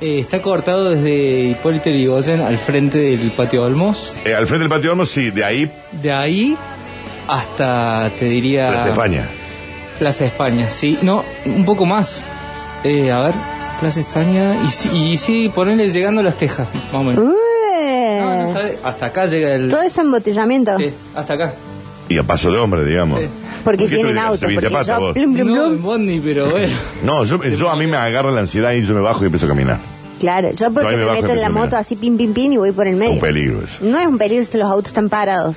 Eh, está cortado desde Hipólito Yrigoyen al frente del Patio Olmos. Eh, al frente del patio Olmos, sí, de ahí De ahí hasta, te Ah. diría... Plaza España. Plaza España, sí. No, un poco más. Eh, a ver, Plaza España. Y, sí- y sí, ponerle llegando a las Tejas, más o menos. Ué. No, no sabe, Hasta acá llega el... Eh. Todo es embotellamiento. Sí, hasta acá. Y a paso de hombre, digamos. Sí. Porque ¿Por qué tienen te- te auto. viniste Porque a pato, yo, vos? plum, plum, No, plum. en Bondi, pero bueno. No, yo, yo a mí me agarra la ansiedad y yo me bajo y empiezo a caminar. Claro, yo No, porque ahí me me bajo meto en empiezo la a moto mirar. así pim pim pim y voy por el Es medio. un peligro eso. No es un peligro si los autos están parados.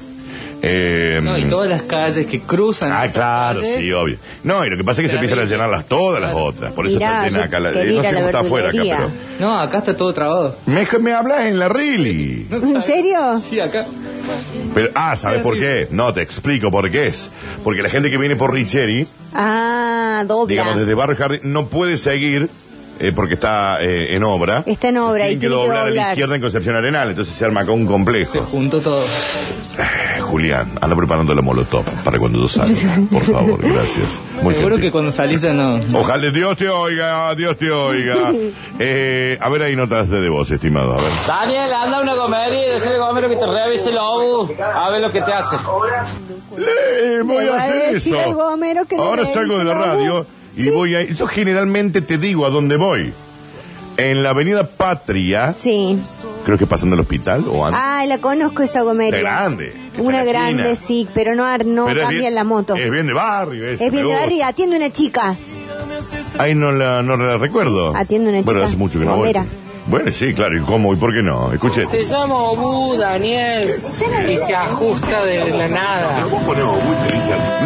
Eh, No, y todas las calles que cruzan. Ah, esas claro, calles, sí, obvio. No, y lo que pasa es que se empiezan a llenar las, todas las otras. Por eso Mirá, tienen yo acá la. eh, quería No ir a sé la cómo está afuera acá, verdulería. pero. No, acá está todo trabado. Me, me hablas en la Rili. No ¿En sabe- serio? Sí, acá. Pero, ah, ¿sabes por qué? No, te explico por qué es. Porque la gente que viene por Richeri, Ah, digamos dobla. desde Barrio Jardín, no puede seguir eh, porque está eh, en obra. Está en obra Tienen y tiene que a la doblar. izquierda en Concepción Arenal, entonces se arma acá un Se complejo. juntó todo. Eh, Julián, anda preparando la molotov para cuando yo salga. Por favor, gracias. Muy Seguro gentil. que cuando salís ya no. Ojalá Dios te oiga, Dios te oiga. Eh, a ver, ahí notas de voz, estimado. A ver. Daniel, anda a una comedia y decirle gomero que te revise el obu, a ver lo que te hace. Le voy Le a va a hacer decir al eso. gomero que le Ahora revise salgo de la la radio voz. y voy a. Yo generalmente te digo a dónde voy. En la avenida Patria, Sí. creo que pasando el hospital o antes. Ah, la conozco esa la gomería. grande. que Una está en la grande, esquina. sí, pero no, ar- no Pero es cambian bien- la moto. Es bien de barrio, eso, Es bien me de gusta. barrio. Atiende una chica. Ahí no la, no la recuerdo. Atiende una Bueno, chica hace mucho que no voy. bombera. Bueno, sí, claro, ¿y cómo? ¿Y por qué no? Escuche. Se llama Obu Daniel y se ajusta de la nada.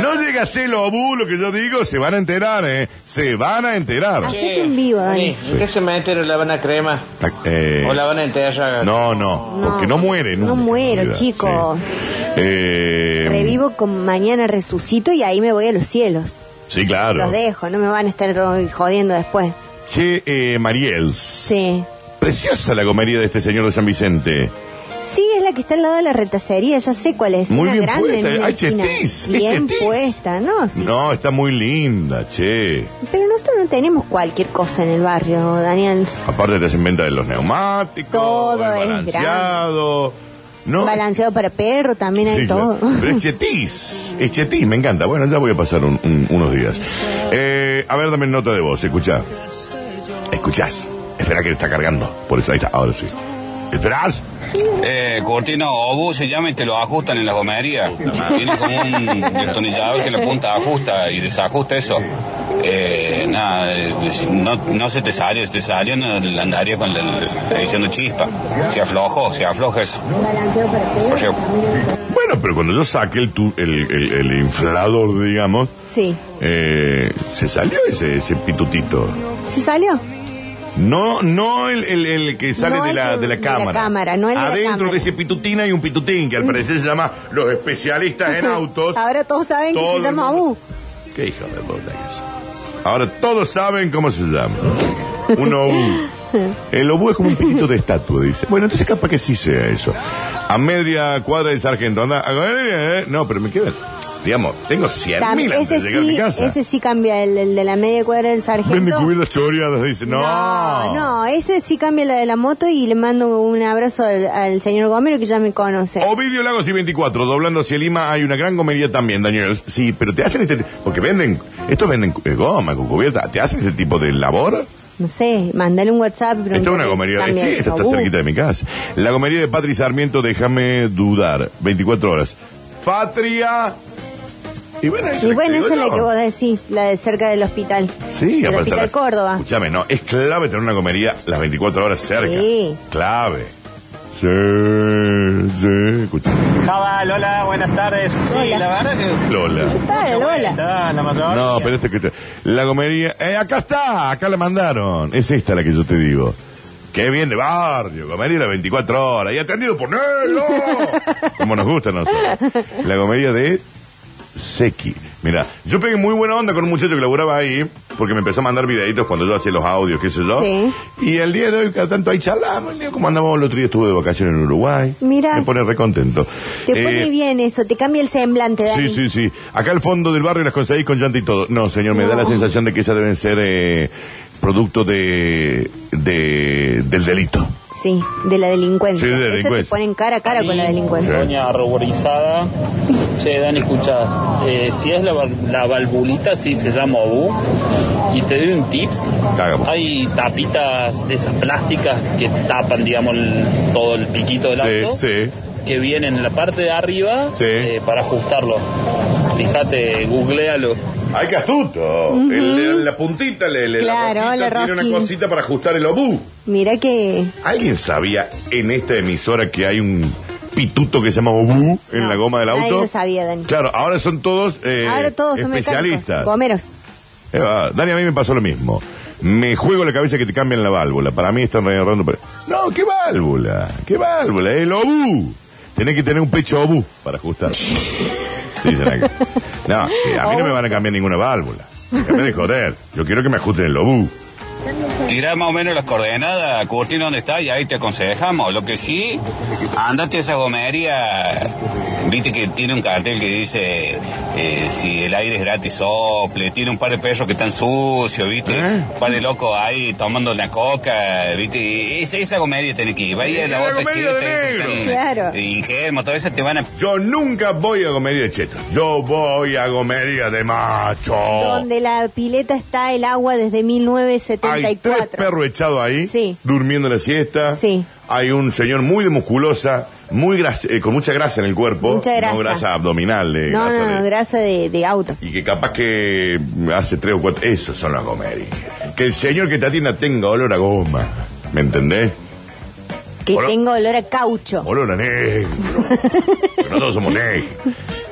No llegas el obú, lo que yo digo, se van a enterar, ¿eh? Se van a enterar. Hacete un vivo, Dani. ¿En qué se mete la van a crema? Eh, ¿O la van a enterrar? no, no, No. porque no muere. No nunca, muero, en realidad, chico. sí. Eh, Revivo con mañana resucito y ahí me voy a los cielos. Sí, claro. Los dejo, no me van a estar ro- jodiendo después. Che, eh, Mariel, Sí. preciosa la comería de este señor de San Vicente. Sí, es la que está al lado de la retacería, ya sé cuál es. Muy una bien grande en puesta. una Ay, esquina. chetis, es Bien chetis. puesta, ¿no? Sí. No, está muy linda, che. Pero nosotros no tenemos cualquier cosa en el barrio, Daniel. Aparte te hacen venta de los neumáticos, Todo el es balanceado. No, Balanceado para perro, también hay Sí, todo. claro. Pero es chetis, es chetis, me encanta. Bueno, ya voy a pasar un- un- unos días. Eh, a ver, dame nota de voz, escucha. Escuchás. Espera que está cargando. Por eso, ahí está, ahora sí. ¿Esperás? Eh, cortina obu se llama y te lo ajustan en la gomería. Tiene como un destornillador que la punta ajusta y desajusta eso. Eh, nada, eh, no, no se te salió, se te salió no, andaría con la, diciendo chispa. Se aflojó, se afloja eso. Balanceado para perro. Por cierto. Bueno, pero cuando yo saqué el, tu- el, el- el inflador, digamos, Sí. eh, se salió ese, ese pitutito. ¿Se salió? No, no el, el- el que sale No de, el la, que- de la de la cámara. cámara, no el de la Adentro cámara. Mm. de ese pitutín hay un pitutín que al parecer se llama los especialistas en autos. Ahora todos saben Todo que el se llama mundo- Abu. Qué hijo de puta que es. Ahora todos saben cómo se llama. Un obú. El obú es como un pitito de estatua, dice. Bueno, entonces capaz que sí sea eso. A media cuadra de sargento, anda. eh, eh, No, pero me quedan. Digamos, tengo 100 mil Tam- antes de Ese llegar a mi sí, casa. ese sí cambia el, el de la media cuadra del Vende Ah. sargento. cubilas choreadas, dice. No. No, no, ese sí cambia la de la moto y le mando un abrazo al, al señor Gomero que ya me conoce. Ovidio Lagos y 24, doblando hacia Lima, hay una gran gomería también, Daniel. Sí, pero te hacen este... Porque venden... Estos venden eh, goma, con cubierta. ¿Te hacen este tipo de labor? No sé, mandale un WhatsApp. pero Esta es una entonces gomería. eh, cambia sí, el esta está autobús. cerquita de mi casa. La gomería de Patri Sarmiento, déjame dudar. 24 horas. Patria. Y bueno, esa Y bueno, digo esa es la yo. que vos decís, la de cerca del hospital. Sí, del aparte hospital la- Córdoba. Escúchame, no. Es clave tener una gomería las 24 horas cerca. Sí. Clave. Sí, sí. Escúchame. Cabal, hola, buenas tardes. Sí, Hola. la verdad que Lola. Está de bola. está la mayoría. No, pero este que La gomería. Eh, acá está, acá la mandaron. Es esta la que yo te digo. Qué bien de barrio, gomería las 24 horas. Y atendido por negro. Como nos gusta a nosotros. La gomería de Seki. Mira, yo pegué muy buena onda con un muchacho que laburaba ahí, porque me empezó a mandar videitos cuando yo hacía los audios, qué sé yo. Sí. Y el día de hoy, cada tanto ahí charlamos, el como andamos el otro día estuve de vacaciones en Uruguay. Mirá. Me pone recontento. Te pone Eh, bien eso, te cambia el semblante, Dani. Sí, sí, sí. Acá al fondo del barrio las conseguís con llanta y todo. No, señor, me da la sensación de que esas deben ser eh, producto de, de- del delito. Sí, de la delincuencia. Sí, de la Eso delincuencia. te ponen cara a cara con la delincuencia. Doña ruborizada. Che, Dani, escuchás. eh, si es la, val- la valvulita, sí, se llama OBU. Y te doy un tips. Cagamos. Hay tapitas de esas plásticas que tapan, digamos, el- todo el piquito del Sí, auto. sí. Que vienen en la parte de arriba Sí. eh, para ajustarlo. Fíjate, googlealo. ¡Ay, qué astuto! El- la puntita, le, le- Claro, la la rosquita tiene una rosquilla. cosita para ajustar el obú. Mira que ¿Alguien sabía en esta emisora que hay un pituto que se llama obú en No, la goma del auto? nadie lo sabía, Dani. Claro, ahora son todos, eh, ahora todos son especialistas. mecánicos, gomeros. Eh, va, Dani, a mí me pasó lo mismo. Me juego la cabeza que te cambian la válvula. Para mí están reagarrando. pero- No, ¿qué válvula? ¿Qué válvula? El obú. Tenés que tener un pecho obú para ajustar. Dicen acá. No, sí, a mí no me van a cambiar ninguna válvula. Déjame de joder. Yo quiero que me ajusten el obú. Tirá más o menos las coordenadas, Curtín, dónde está y ahí te aconsejamos. Lo que sí, andate a esa gomería. Viste que tiene un cartel que dice eh, si el aire es gratis, sople. Tiene un par de perros que están sucios, viste. ¿Eh? Un par de locos ahí tomando la coca, viste. Y Esa, esa gomería tenés que ir. Va a ir a la La otra gomería de chileta, negro. esas Claro. Ingenuos, todas esas te van a Yo nunca voy a gomería de cheto. Yo voy a gomería de macho. Donde la pileta está el agua desde Hay tres 1974. perros echados ahí, Sí. durmiendo la siesta. Sí. Hay un señor muy musculosa, muy gras- eh, con mucha grasa en el cuerpo. Mucha grasa. No grasa abdominal, eh, No, grasa no, no, de- grasa de, de auto. Y que capaz que hace tres o cuatro... Esos son las gomerías. Que el señor que te atienda tenga olor a goma. ¿Me entendés? Que Olor- tenga olor a caucho. Olor a negro. Porque no todos somos negros.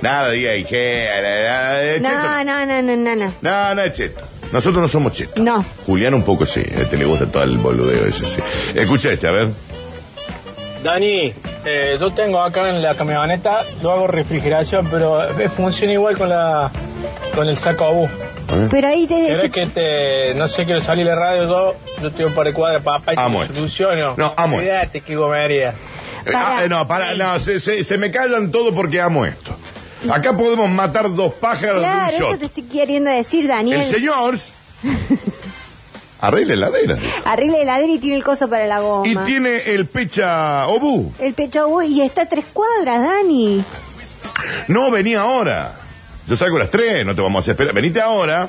Nada de día de higiene, nada de cheto. No, no, no, no, no, no. No, no es cheto. Nosotros no somos chetos. No. Julián un poco sí, a este le gusta todo el boludeo ese, sí. Escucha este, a ver. Dani, eh, yo tengo acá en la camioneta, yo hago refrigeración, pero eh, funciona igual con la con el saco a bus. Pero ahí Pero es te... que te, no sé, quiero salir de radio, yo, yo estoy un par de cuadras, papá, y Amo te esto. soluciono. No, amo esto. Cuídate, que gomería. Eh, Pará. ah, eh, no, para, no, se, se- se me callan todo porque amo esto. Acá podemos matar dos pájaros Claro, de un eso shot. te estoy queriendo decir, El Daniel. señor arregla heladera. Arregla el ladrillo y tiene el coso para la Y goma. tiene el pecha obú. El pecho bu- y está a tres cuadras, Dani. No, vení ahora. Yo salgo a las tres, no te vamos a hacer esperar. Venite ahora.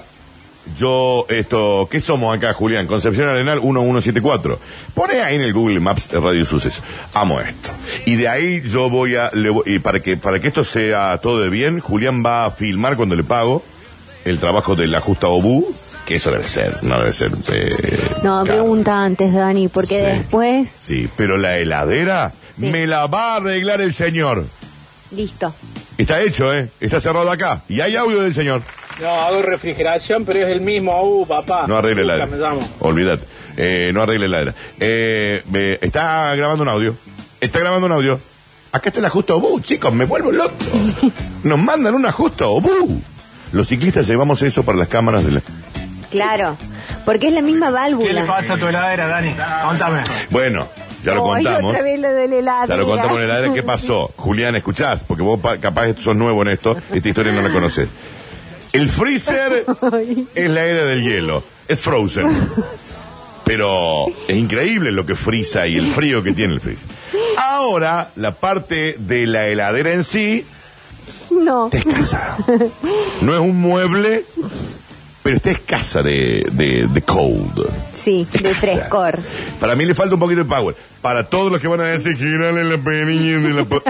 Yo, esto, ¿qué somos acá, Julián? Concepción Arenal 1174. Pone ahí en el Google Maps eh, Radio Suceso. Amo esto. Y de ahí yo voy a, le voy- y para que, para que esto sea todo de bien, Julián va a filmar cuando le pago el trabajo de la Justa Obú, que eso debe ser, no debe ser. eh, No, caro. pregunta antes, Dani, porque Sí. después... Sí, pero la heladera Sí. me la va a arreglar el señor. Listo. Está hecho, ¿eh? Está cerrado acá. Y hay audio del señor. No, hago refrigeración, pero es el mismo AU, papá. No arregle la Nunca era. me llamo. Olvídate. Eh, no arregle la era. Eh, me- está grabando un audio. Está grabando un audio. Acá está el ajuste obú, chicos. Me vuelvo loco. Nos mandan un ajuste obú. Los ciclistas llevamos eso para las cámaras de la... Claro. Porque es la misma válvula. ¿Qué le pasa a tu heladera, Dani? Contame. Bueno, ya lo Ay, contamos. otra vez lo de la Ya lo heladera. contamos en la era. ¿Qué pasó? Julián, escuchás, porque vos pa- capaz sos nuevo en esto. Esta historia no la conoces. El freezer es la era del hielo. Es frozen. Pero es increíble lo que frisa y el frío que tiene el freezer. Ahora, la parte de la heladera en sí No. está escasa. No es un mueble, pero está escasa de, de, de cold. Sí, de Escasa. frescor. Para mí le falta un poquito de power. Para todos los que van a decir, girale la perilla de la... po-".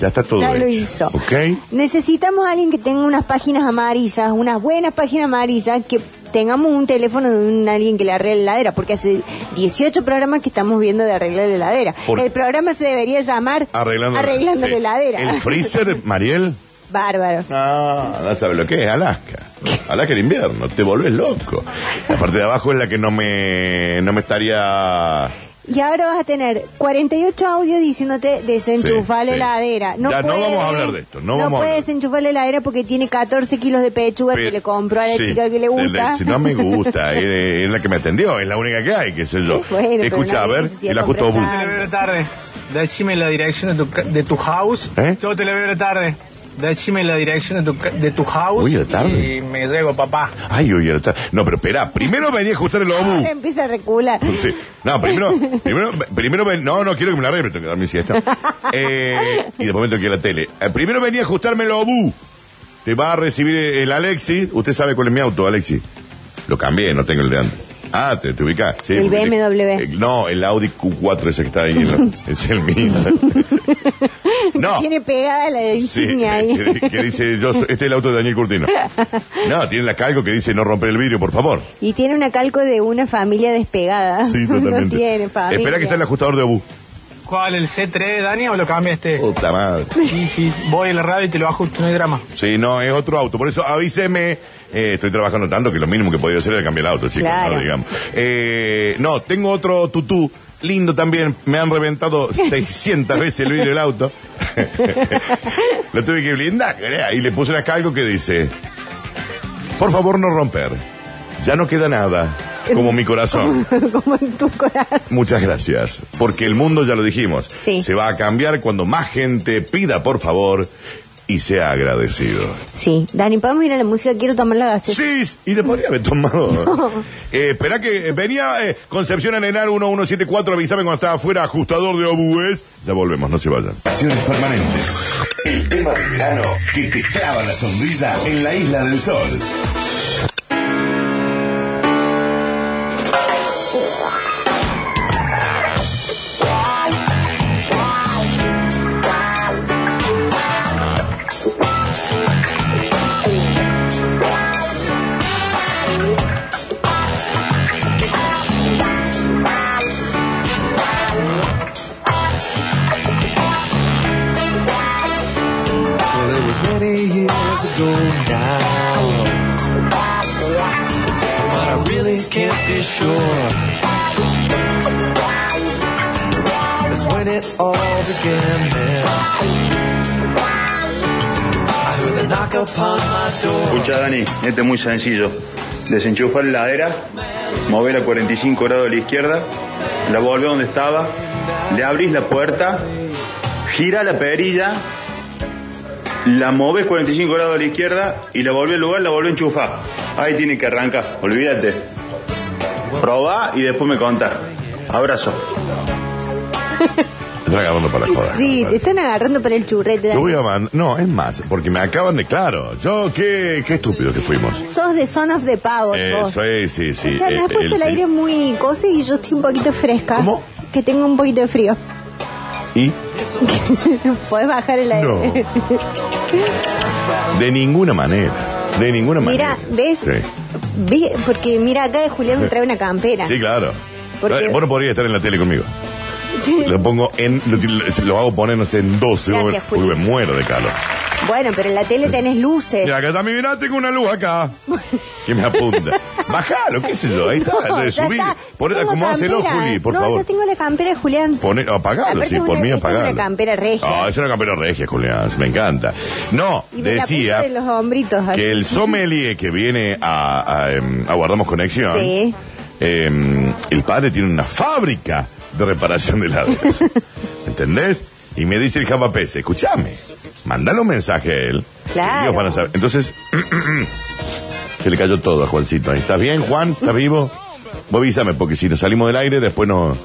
Ya está todo Ya lo hecho, hizo. ¿Ok? Necesitamos a alguien que tenga unas páginas amarillas, unas buenas páginas amarillas, que tengamos un teléfono de un, alguien que le arregle la heladera, porque hace 18 programas que estamos viendo de arreglar la heladera. Por- El programa se debería llamar Arreglando, Arreglando sí. la heladera. El freezer, Mariel. Bárbaro. No, no sabes lo que es Alaska. Alaska el invierno, te volvés loco. La parte de abajo es la que no me, no me estaría... Y ahora vas a tener 48 audios diciéndote desenchufar Sí, sí. la heladera. No, Ya, no puede- vamos a hablar de esto, no vamos a puede hablar. desenchufar la heladera porque tiene 14 kilos de pechuga Pe- que le compró a la Sí, chica que le el de- gusta. Si no me gusta, es, es la que me atendió, es la única que hay, qué sé yo. Bueno, pero Escucha, a nadie ver, se sigue el ajuste comprando. obús. Te la veo la tarde. Decime la dirección de tu, ca- de tu house. ¿Eh? Yo te la veo la tarde. decime la dirección de tu, ca- de tu house Uy, a la tarde. y me llego, papá. Ay, uy, ahora está. No, pero espera, primero venía a ajustar el obu. Ahora empieza a recular. Sí. No, primero, primero, primero ven- no, no quiero que me la arregle, tengo que dar mi siesta. Eh, y después me tengo que ir a la tele. Eh, primero venía a ajustarme el obu. Te va a recibir el Alexi. Usted sabe cuál es mi auto, Alexi. Lo cambié, no tengo el de antes. Ah, te, te ubicás. Sí, El porque te- BMW. eh, no, el Audi Q4 ese que está ahí. en la- es el mío. no. Tiene pegada la Sí, insignia ahí. que, que dice, yo, soy- este es el auto de Daniel Curtino. No, tiene la calco que dice no romper el vidrio, por favor. Y tiene una calco de una familia despegada. Sí, No totalmente. tiene familia. Espera que está el ajustador de Abu. ¿Cuál, el C3, Dani, o lo cambiaste? Puta madre. Sí, sí, voy a la radio y te lo ajusto, no hay drama. Sí, no, es otro auto. Por eso avíseme. Eh, estoy trabajando tanto que lo mínimo que podía hacer era cambiar el auto, chicos. Claro. No, digamos. Eh, no, tengo otro tutú. Lindo también, me han reventado 600 veces el vidrio del auto. lo tuve que blindar, ¿verdad? y le puse una calco que dice, por favor no romper, ya no queda nada, como mi corazón. Como en tu corazón. Muchas gracias, porque el mundo, ya lo dijimos, Sí. se va a cambiar cuando más gente pida por favor y sea agradecido. Sí, Dani, ¿podemos ir a la música? Quiero tomar la gaseosa. Sí, y te podría haber tomado. Eh, espera que eh, venía eh, Concepción Arenal 1174, avísame cuando estaba afuera, ajustador de obues. Ya volvemos, no se vayan. Acciones permanentes. El tema de verano que te clava la sonrisa en la isla del sol. Well, it was many years ago now. But I really can't be sure. That's when it all began then. I heard the knock upon my door. Escucha, Dani, este es muy sencillo. Desenchufar la heladera, mover a 45 grados a la izquierda, la vuelve donde estaba, le abrís la puerta, gira la perilla, la moves 45 grados a la izquierda y la volvés al lugar, la volvés a enchufar. Ahí tiene que arrancar, olvídate. Probá y después me contás. Abrazo. Están agarrando para la joda. Sí, te están agarrando para el churrete, Yo Dani. voy a mandar. No, es más, porque me acaban de. Claro, yo qué, qué estúpido que fuimos. Sos de Son of the Power, vos. Eso es, sí, sí. Ya me eh, has puesto el el- aire muy coso y yo estoy un poquito fresca. ¿Cómo? Que tengo un poquito de frío. ¿Y? Puedes bajar el aire. Eh, No. De ninguna manera. De ninguna manera. Mira, ¿ves? Sí. Ve- Porque mira, acá de Julián me trae una campera. Sí, claro. Eh, Porque- Vos no podrías estar en la tele conmigo. Sí. Lo pongo en. Lo, lo hago poner, no sé, en 12. Gracias, porque Juli. me muero de calor. Bueno, pero en la tele tenés luces. Mira, acá está mi mirada, tengo una luz acá. Que me apunta. Bajalo, qué sé yo. Ahí está. No, de ya subir. está. Pon- Tengo acomódaselo, campera. Juli, por no, favor. yo tengo la campera de Julián. Poné- apagalo, Aparte sí, es por una- mí Ah, esta es apagalo. una campera regia. No, es una campera regia, Julián, me encanta. No, Y me la puse decía de los hombritos. así. que el sommelier que viene a, a, em, a Guardamos Conexión, Sí. em, el padre tiene una fábrica de reparación de helados. ¿Entendés? Y me dice el Javapese, escúchame, mandale un mensaje a él. Claro. Ellos van a saber. Entonces, se le cayó todo a Juancito. ahí. ¿Estás bien, Juan? ¿Estás vivo? Vos avísame, porque si nos salimos del aire, después no,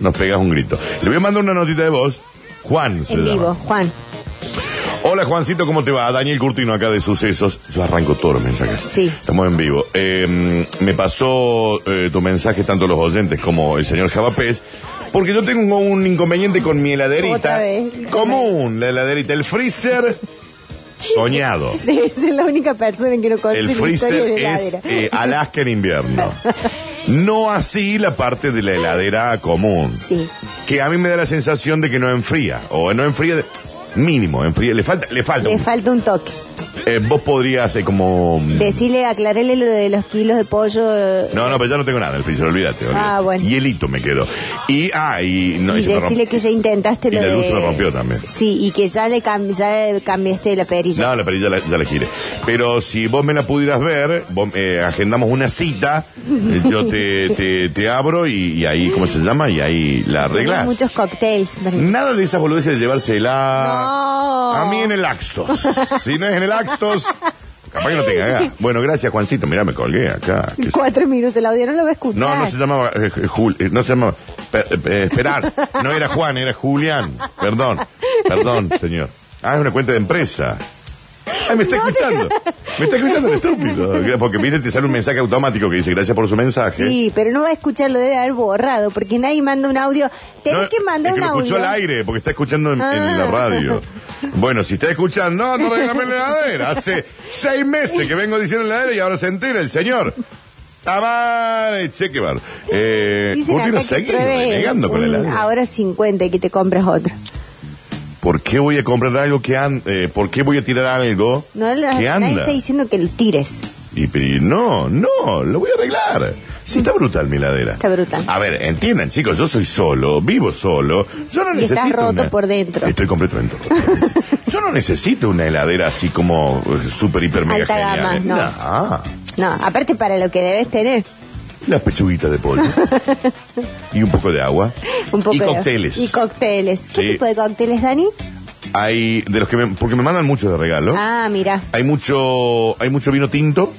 nos pegas un grito. Le voy a mandar una notita de voz. Juan se En llama. vivo, Juan. Hola Juancito, ¿cómo te va? Daniel Curtino acá de Sucesos. Yo arranco todos los mensajes. Sí. Estamos en vivo. Eh, me pasó eh, tu mensaje tanto los oyentes como el señor Javapés, porque yo tengo un inconveniente con mi Otra heladerita. vez. Común, la heladerita. El freezer soñado. Debe ser la única persona que no conoce El la historia de freezer la es heladera. eh, Alaska en invierno. No así la parte de la heladera común. Sí. Que a mí me da la sensación de que no enfría. O no enfría de- mínimo, enfría. Le falta, le falta. Le un- falta un toque. eh, vos podrías eh, como... Decirle, aclararle lo de los kilos de pollo. eh, No, no, pero ya no tengo nada en el freezer, olvídate. olvídate. Ah, bueno. Hielito me quedó. Y, ah, y... No, y y se me decirle romp- que ya intentaste Y lo la de... luz se me rompió también. Sí, y que ya le, cam- ya le cambiaste la perilla. No, la perilla la- ya la giré. Pero si vos me la pudieras ver, vos, eh, agendamos una cita, eh, yo te, te, te abro y, y ahí, ¿cómo se llama? Y ahí la Tenés arreglas. muchos cócteles. Dani. Nada de esas boludeces de llevarse la... No, A mí en el Axtos. si no es en el Axtos, capaz que no tenga acá. Bueno, gracias, Juancito. Mirá, me colgué acá. ¿Qué sé? Cuatro minutos el audio, no lo va a escuchar. No, no se llamaba eh, Jul- eh, no se llamaba pe- eh, esperar. No era Juan, era Julián. Perdón, perdón, señor. Ah, es una cuenta de empresa. Ay, me está escuchando. Me está escuchando el estúpido. Porque mire, te sale un mensaje automático que dice gracias por su mensaje. Sí, pero no va a escuchar, lo debe haber borrado, porque nadie manda un audio. Tenés No, que mandar es que un lo audio. escuchó al aire, porque está escuchando en, en Ah. la radio. Bueno, si está escuchando, no, no le llame la heladera. Hace seis meses que vengo diciendo la heladera y ahora se entera el señor. Tamar, che, qué bar. Eh, Dicen vos acá tienes que seguir pruebes renegando con la un heladera. Ahora 50 y que te compres otro. ¿Por qué voy a comprar algo que anda? ¿Por qué voy a tirar algo No, la- que nadie anda? está diciendo que lo tires. Y, pero- no, no, lo voy a arreglar. Sí, está brutal mi heladera. Está brutal. A ver, entiendan, chicos, yo soy solo, vivo solo. Yo no y necesito. estás roto una- por dentro. Estoy completamente roto. Yo no necesito una heladera así como eh, super hiper mega Alta gama, genial. ¿eh? no. Nah, No, aparte para lo que debes tener. las pechuguitas de pollo. y un poco de agua. Un poco y de- cócteles. Y cócteles. ¿Qué Sí. tipo de cócteles, Dani? Hay de los que me- porque me mandan muchos de regalo. Ah, mira, Hay mucho hay mucho vino tinto,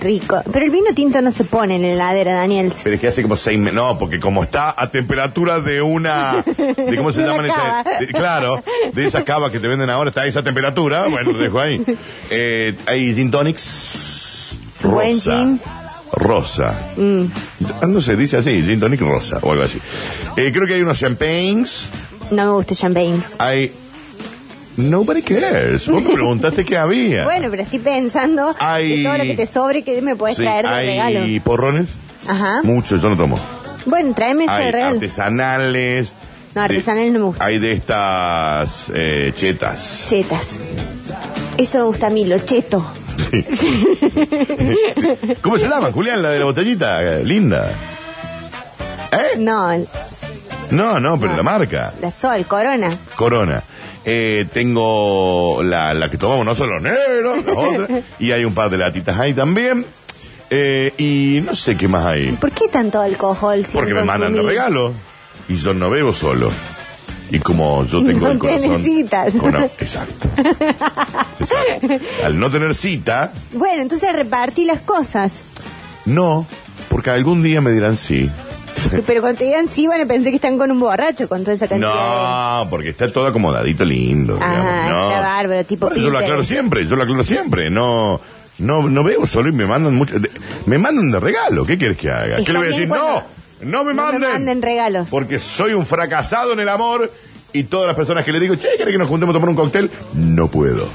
rico. Pero el vino tinto no se pone en la heladera, Daniel. pero es que hace como seis meses. No, porque como está a temperatura de una. ¿De cómo se De una llaman esas? cava. de- claro, de esa cava que te venden ahora, está a esa temperatura. Bueno, lo dejo ahí. Eh, hay gin tonics. Rosa. Buen gin. Rosa. Mm. No se dice así, gin tonic rosa o algo así. Eh, creo que hay unos champagnes, No me gusta champagne. hay... Nobody cares. Vos me preguntaste qué había. Bueno, pero estoy pensando Hay- que todo lo que te sobre que me puedes Sí, traer de hay regalo. Ah. porrones, Ajá. muchos, yo no tomo. Bueno, tráeme eso Hay de regalo. artesanales. No, artesanales no me gustan. Hay de estas eh, chetas. Chetas. Eso me gusta a mí, lo cheto. ¿Cómo se llaman, Julián? La de la botellita, eh, linda. ¿Eh? No, No, no, pero la marca. la sol, corona. Corona. Eh, tengo la, la que tomamos nosotros, los negros, la otra. y hay un par de latitas ahí también. Eh, y no sé qué más hay. ¿Por qué tanto alcohol? sin Porque me mandan de consumir? regalo. Y yo no bebo solo. Y como yo tengo No el corazón. necesitas. con- exacto. Exacto. Al no tener cita, Bueno, entonces repartí las cosas. no. Porque algún día me dirán sí. Pero cuando te digan sí, bueno, pensé que están con un borracho con toda esa cantidad de... No, porque está todo acomodadito lindo. Ajá, digamos, no. Ah, está bárbaro, tipo Por eso yo lo Pinterest. aclaro siempre, yo lo aclaro siempre. No, no, no veo solo y me mandan mucho. de- me mandan de regalo. ¿Qué quieres que haga? Está ¿Qué le voy a decir? bien cuando- No, no me No me manden. manden regalos. Porque soy un fracasado en el amor y todas las personas que le digo, che, ¿querés que nos juntemos a tomar un cóctel? No puedo.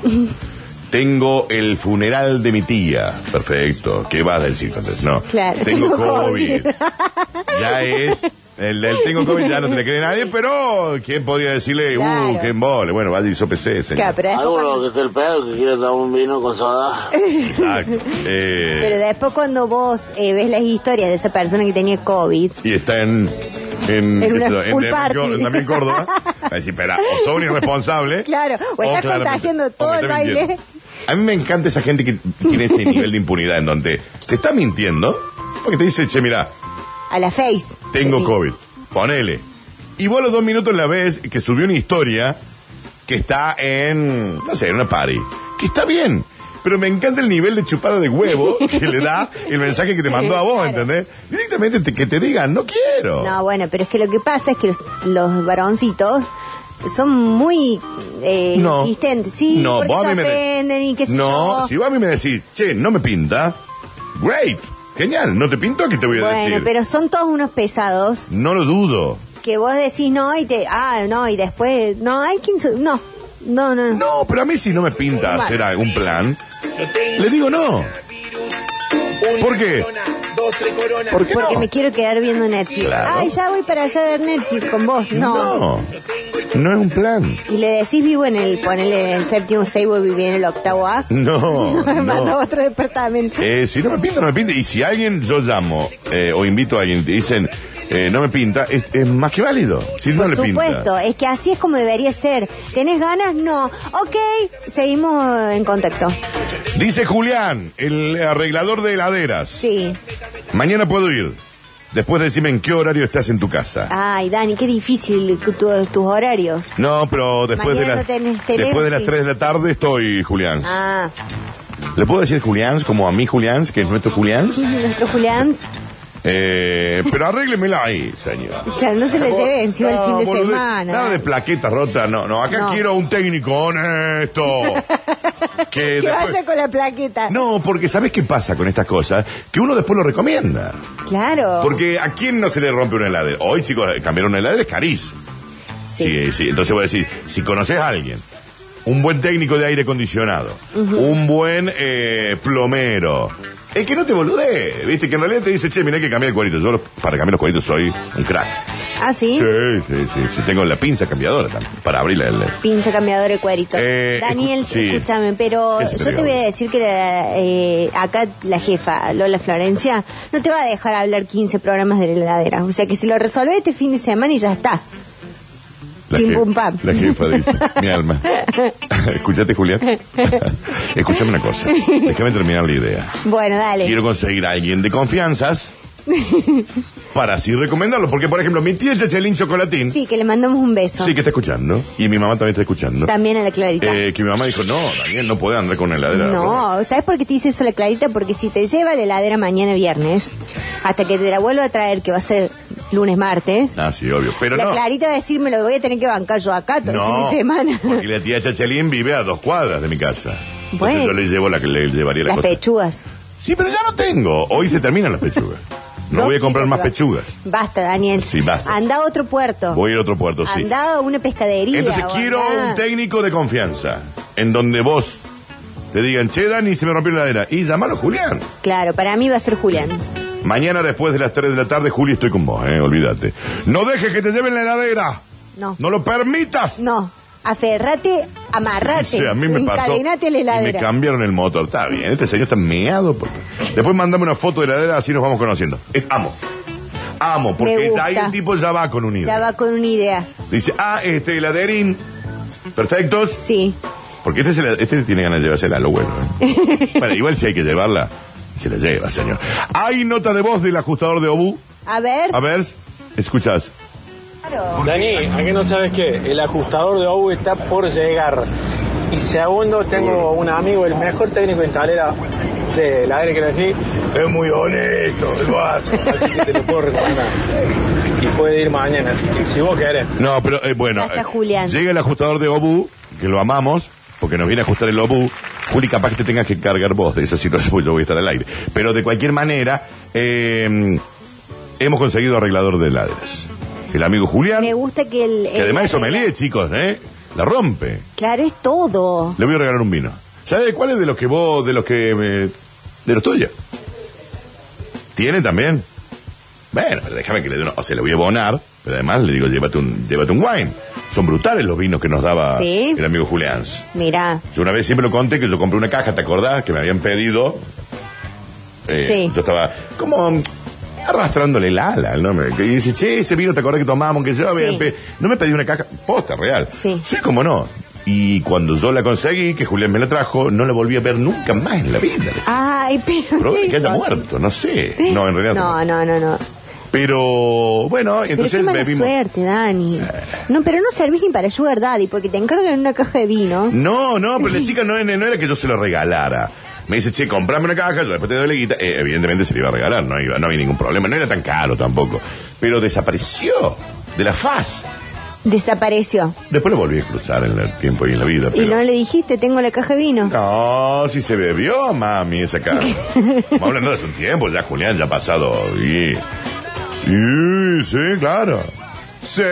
Tengo el funeral de mi tía. Perfecto. ¿Qué vas a decir, Fernández? No. Claro. Tengo Tengo COVID. COVID. ya es. El, el tengo COVID ya no te le cree nadie, pero ¿quién podría decirle, uh, Claro. qué embole? Bueno, vaya y sopesé, Claro, señor. pero, después Alguno cuando, que esté el pedo que quiere tomar un vino con soda. Exacto. Eh, pero después cuando vos eh, ves las historias de esa persona que tenía COVID, y está en en, En una qué sé yo, pool en- party. en- también Córdoba va a decir espera o son irresponsables Claro, o estás claramente- contagiando o me todo el está baile. mintiendo. a mí me encanta esa gente que tiene ese nivel de impunidad en donde te está mintiendo porque te dice che mira a la face. tengo Sí. COVID ponele y vos a los dos minutos la ves que subió una historia que está en no sé en una party que está bien pero me encanta el nivel de chupada de huevo que le da el mensaje que te mandó a vos, Claro. ¿entendés? Directamente te- que te digan, no quiero. No, bueno, pero es que lo que pasa es que los, los varoncitos son muy eh, insistentes, sí, No, porque vos a se mí me de- ofenden y qué sé No, yo. si vos a mí me decís, che, no me pinta, great, genial, no te pinto, ¿qué te voy a bueno, decir? pero son todos unos pesados No lo dudo. que vos decís no y te, ah, no, y después, no, hay quien, su- no, no, no, no. No, pero a mí si no me pinta Bueno. hacer algún plan, le digo no. ¿Por qué? ¿Por qué Porque no? me quiero quedar viendo Netflix. Claro. Ay, ya voy para allá a ver Netflix con vos. No, No. no es un plan. Y le decís vivo en el, ponele en el séptimo seis, voy viviendo en el octavo A. No, Me manda a no. otro departamento. Eh, si no me pinta, no me pinta. Y si alguien, yo llamo eh, o invito a alguien y te dicen, eh, no me pinta, es, es más que válido. Si no Por le pinta. supuesto, es que así es como debería ser. ¿Tenés ganas? No. Ok, seguimos en contacto. Dice Julián, el arreglador de heladeras. Sí. Mañana puedo ir. Después decime en qué horario estás en tu casa. Ay, Dani, qué difícil tu- tu- tus horarios. No, pero después de, Mañana las tenés teléfono, después de las sí. 3 de la tarde estoy Julián. Ah, ¿Le puedo decir Julián como a mí Julián, que es nuestro Julián? nuestro Julián, Eh, pero arréglemela ahí, señor. claro, no se lo lleve encima el No, fin de boludez. semana. Nada de plaqueta rota, no, no. Acá No. quiero un técnico honesto. que que después- vaya con la plaqueta. No, porque ¿sabés qué pasa con estas cosas? Que uno después lo recomienda. Claro. Porque ¿a quién no se le rompe una heladera? Hoy, chicos, eh, cambiar una heladera es carísimo. Sí. sí, Entonces voy a decir, si conoces a alguien, un buen técnico de aire acondicionado, un buen eh, plomero, es que no te boludee, ¿viste? Que en realidad te dice, che, mirá que cambié el cuadrito. Yo los- para cambiar los cuadritos soy un crack. Ah, sí. Sí, sí, sí, sí. Tengo la pinza cambiadora también, para abrir la... la- Pinza cambiador de cuadrito. Eh, Daniel, escu- sí. escúchame, pero ¿Qué se te yo te diga? voy a decir que la, eh, acá la jefa, Lola Florencia, no te va a dejar hablar 15 programas de la heladera. O sea que si lo resolvés este fin de semana y ya está. La, Pim, je- pum, pam. la jefa dice, mi alma. Escuchate, Julián. Escúchame una cosa. Déjame terminar la idea. Bueno, dale. Quiero conseguir a alguien de confianzas para así recomendarlo. Porque, por ejemplo, mi tía Chachelín Chocolatín, sí. Sí, que le mandamos un beso. que está escuchando, y mi mamá también está escuchando, También a la Clarita. eh, que mi mamá dijo, no, Daniel, no puede andar con una heladera. No, ¿sabes por qué te dice eso la Clarita? Porque si te lleva la heladera mañana viernes, hasta que te la vuelva a traer, que va a ser lunes, martes, Ah, sí, obvio. Pero la no. Clarita va a decir, me lo voy a tener que bancar yo acá todo No, el fin de semana. porque la tía Chachelín vive a dos cuadras de mi casa. Entonces Bueno. yo le, llevo la, le llevaría la Las cosa. pechugas. Sí, pero ya no tengo. Hoy se terminan las pechugas. No Dos voy a comprar kilos más te va. pechugas. Basta, Daniel. Sí, basta. Anda a otro puerto. Voy a ir a otro puerto, sí. Anda a una pescadería. Entonces o quiero andá- un técnico de confianza, en donde vos te digan, che, Dani, se me rompió la heladera. Y llamalo, Julián. Claro, para mí va a ser Julián. Mañana después de las 3 de la tarde, Juli, estoy con vos, eh, olvídate. No dejes que te lleven la heladera. No. No lo permitas. No. Aferrate, amarrate. Dice, a mí me pasó. Encadenate a la y me heladera. cambiaron el motor. Está bien, este señor está meado. Porque... Después mandame una foto de la heladera, así nos vamos conociendo. Eh, amo. Amo, porque gusta. ya ahí el tipo ya va con un hilo. Ya va con una idea. Dice, ah, este heladerín. Perfectos. Sí. Porque este, se la- este tiene ganas de llevársela, lo bueno. ¿eh? bueno, igual si hay que llevarla, se la lleva, señor. Hay nota de voz del ajustador de Obu. A ver. A ver, escuchas. Dani, ¿a qué no sabes qué? El ajustador de OU está por llegar. Y segundo, tengo un amigo, el mejor técnico de instalera de la aire que nací. Es muy honesto, lo hace. Así que te lo puedo recomendar. Y puede ir mañana, así que si vos querés. No, pero eh, bueno. Ya está eh, Julián. llega el ajustador de Obu, que lo amamos, porque nos viene a ajustar el Obu. Juli, capaz que te tengas que cargar vos de esa situación, porque yo voy a estar al aire. Pero de cualquier manera, eh, hemos conseguido arreglador de heladeras. El amigo Julián, Me gusta que el. que además es sommelier, chicos, ¿eh? La rompe. Claro, es todo. Le voy a regalar un vino. ¿Sabe cuál es de los que vos, de los que... eh, de los tuyos? ¿Tiene también? Bueno, pero déjame que le dé uno. O sea, le voy a abonar, pero además le digo, llévate un, llévate un wine. Son brutales los vinos que nos daba Sí. el amigo Julián. Mirá. Yo una vez siempre lo conté que yo compré una caja, ¿te acordás? Que me habían pedido. Eh, Sí. Yo estaba como mm, arrastrándole el ala, ¿no? Me- Y dice, che, ese vino, ¿te acordás que tomamos? Que yo había Sí. pe- No me pedí una caja, posta, real. Sí. Sí, cómo no. Y cuando yo la conseguí, que Julián me la trajo, no la volví a ver nunca más en la vida. Ay, pero. Probable que haya chicos. muerto, no sé. No, en realidad. No, no, no, no. Pero, bueno, Pero qué entonces mala bebimos. suerte, Dani. No, pero no servís ni para Sugar Daddy, porque te encargan una caja de vino. No, no, pero la chica no, no era que yo se lo regalara. Me dice, che, comprame una caja, yo después te doy la guita. Eh, evidentemente se le iba a regalar, no, iba, no había ningún problema, no era tan caro tampoco. Pero desapareció de la faz. Desapareció. Después lo volví a cruzar en el tiempo y en la vida. Y no Pero... le dijiste, tengo la caja de vino. No, si se bebió, mami, esa caja. Vamos hablando de hace un tiempo, ya Julián ya ha pasado. Y... y sí, claro. Sí,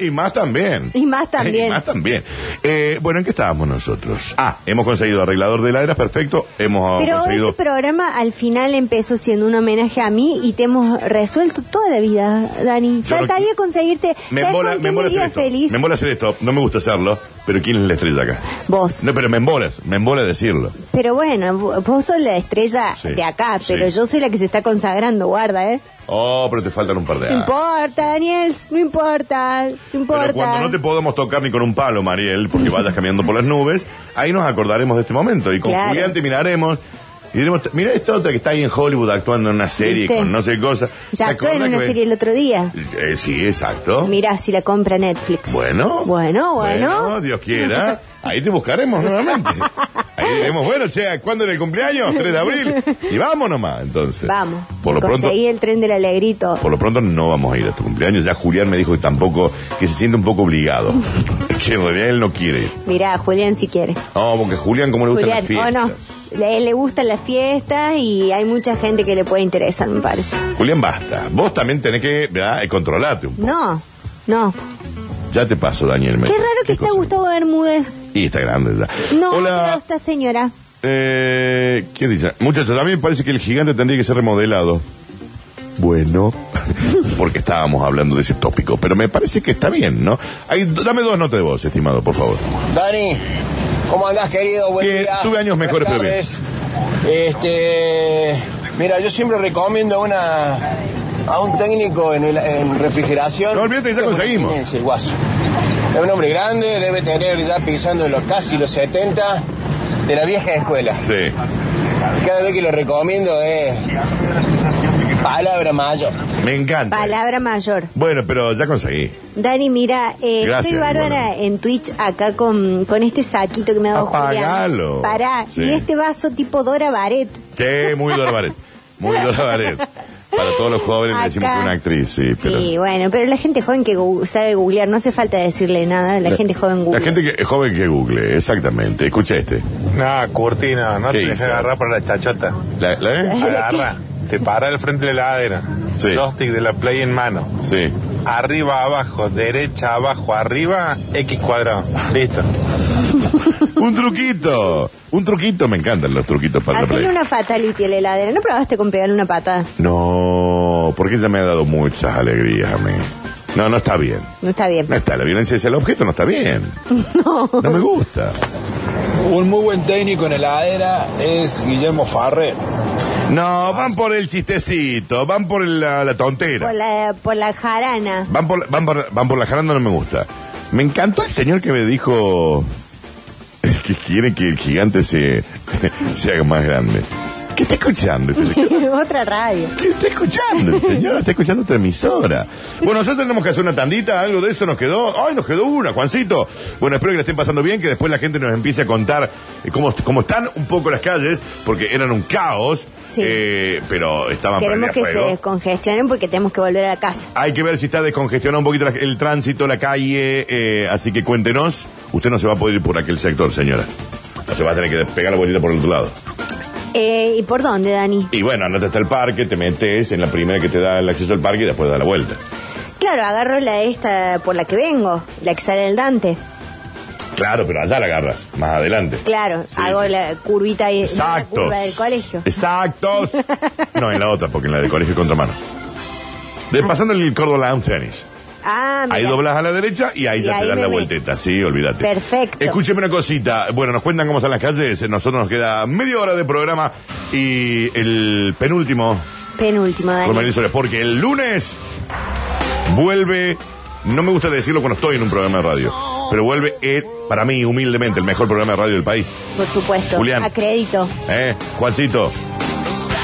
y más también. Y más también. Y más también. Eh, bueno, ¿en qué estábamos nosotros? Ah, hemos conseguido arreglador de heladeras, perfecto. Hemos Pero conseguido... este programa al final empezó siendo un homenaje a mí y te hemos resuelto toda la vida, Dani. Yo no- Faltaría conseguirte. Me ¿Sabes embola, con qué me embola hacer haría esto. feliz? Me embola hacer esto. No me gusta hacerlo, pero ¿quién es la estrella acá? Vos. No, pero me embolas, me embola decirlo. Pero bueno, vo- vos sos la estrella Sí, de acá, sí. pero yo soy la que se está consagrando, guarda, ¿eh? Oh, pero te faltan un par de No años. importa, Daniel, no importa, no importa. Pero cuando no te podamos tocar ni con un palo, Mariel, porque vayas caminando por las nubes, ahí nos acordaremos de este momento. Y con Claro. Julián te miraremos Y tenemos- mira esta otra que está ahí en Hollywood actuando en una serie ¿Viste? con no sé qué cosa. Ya ¿Te actuó en acordás una que- serie el otro día. Eh, sí, exacto. Mirá si la compra Netflix. Bueno. Bueno, bueno. Dios quiera. Ahí te buscaremos nuevamente. Ahí diremos, bueno, che, ¿cuándo era el cumpleaños? 3 de abril. Y vamos nomás, entonces. Vamos. Por lo pronto- Conseguí el tren del alegrito. Por lo pronto no vamos a ir a tu cumpleaños. Ya Julián me dijo que tampoco, que se siente un poco obligado. que en realidad él no quiere ir. Mirá, Julián si quiere. No, porque Julián, como le gusta Julián, o no. Le, le gustan las fiestas y hay mucha gente que le puede interesar, me parece. Julián, basta. Vos también tenés que ¿verdad? Eh, controlarte un No, no. poco. Ya te paso, Daniel. me- Qué raro que está Gustavo Bermúdez. Y está grande ya. No, no Hola. está señora. Eh, ¿Qué dice? Muchachos, a mí me parece que el gigante tendría que ser remodelado. Bueno, porque estábamos hablando de ese tópico, pero me parece que está bien, ¿no? Ahí, dame dos notas de voz, estimado, por favor. Dani, ¿cómo andás, querido? Buen Que día. tuve años mejores, pero bien. tardes. Este, mira, yo siempre recomiendo una a un técnico en, el- en refrigeración. No olvides ya conseguimos. Es el guaso. Es un hombre grande, debe tener ya pisando los casi los 70 de la vieja escuela. Sí. Cada vez que lo recomiendo es palabra mayor. Me encanta. Palabra mayor. Bueno, pero ya conseguí. Dani, mira, eh, Gracias, estoy bárbara en Twitch acá con, con este saquito que me ha dado Apagalo. Julián. Pará, Sí. y este vaso tipo Dora Baret. Sí, muy Dora Baret. Muy Dora Baret. Para todos los jóvenes le decimos Acá. que una actriz, sí, pero... Sí, bueno, pero la gente joven que gu- sabe googlear, no hace falta decirle nada, la, gente joven La googlea. gente que, joven que google, exactamente. Escucha este. Nah, Curtina, no ¿Qué te dejes hizo? agarrar para la chachota. ¿La, la eh? Agarra, te para al frente de la heladera. Joystick de la play en mano. Sí. Arriba, abajo, derecha, abajo, arriba, X cuadrado. Listo. Un truquito. Un truquito, me encantan los truquitos para la Hacerle playa. una fatality a la heladera. ¿No probaste con pegarle una patada? No, porque ella me ha dado muchas alegrías a mí. No, no está bien. No está bien. No está, la violencia hacia el objeto no está bien. No. No me gusta. Un muy buen técnico en heladera es Guillermo Farre. No, van por el chistecito, van por la, la tontera. Por la, por la jarana. Van por, la- van por, van por la jaranda, no me gusta. Me encantó el señor que me dijo que quiere que el gigante se, se haga más grande. ¿Qué está escuchando? este señor? Otra radio. ¿Qué está escuchando? El señor está escuchando otra emisora. Bueno, nosotros tenemos que hacer una tandita, algo de eso nos quedó. ¡Ay, nos quedó una, Juancito! Bueno, espero que la estén pasando bien, que después la gente nos empiece a contar eh, cómo, cómo están un poco las calles, porque eran un caos, eh, pero estaban Queremos prendidas que a se fuego. descongestionen porque tenemos que volver a la casa. Hay que ver si está descongestionado un poquito la- el tránsito, la calle, eh, así que cuéntenos. Usted no se va a poder ir por aquel sector, señora. No se va a tener que pegar la bolita por el otro lado. Eh, ¿Y por dónde, Dani? Y bueno, andate hasta el parque, te metes en la primera que te da el acceso al parque y después da la vuelta. Claro, agarro la esta por la que vengo, la que sale del Dante. Claro, pero allá la agarras, más adelante. Claro, hago la curvita ahí, Eh, la Exactos. curva del colegio. Exactos. No, en la otra, porque en la del colegio es contramano. De pasando el Córdoba Lounge Tennis. Ah, mira. Ahí doblas a la derecha y ahí Y ya ahí te dan me la ve. vuelteta, sí, olvídate. Perfecto. Escúcheme una cosita. Bueno, nos cuentan cómo están las calles. Eh, Nosotros nos queda media hora de programa y el penúltimo Penúltimo, con Dani. Manuel Soles, porque el lunes vuelve, no me gusta decirlo cuando estoy en un programa de radio, pero vuelve, eh, para mí, humildemente, el mejor programa de radio del país. Por supuesto. Julián. A crédito. ¿Eh? Juancito,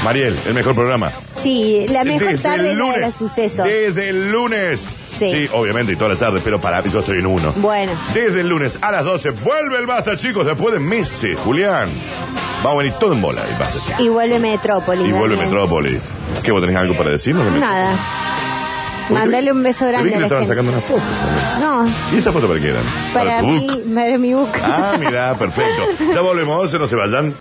Mariel, el mejor programa. Sí, la mejor Desde tarde el la de lunes. los sucesos. Desde el lunes. Sí. obviamente, y todas las tardes, pero para mí yo estoy en uno. Bueno, Desde el lunes a las 12 vuelve el Basta, chicos, después de meses, Julián. Va a venir todo en bola el Basta. y vuelve Metrópolis. Y vuelve Daniel. Metrópolis. ¿Qué, vos tenés algo para decirnos? de Metrópolis? Nada. Uy, Mandale un beso Te vi grande que le a la estaban gente. sacando una foto. No, ¿Y esa foto para qué eran? para tu mí, book. para mi boca. Ah, mira, perfecto. Ya volvemos, no se vayan.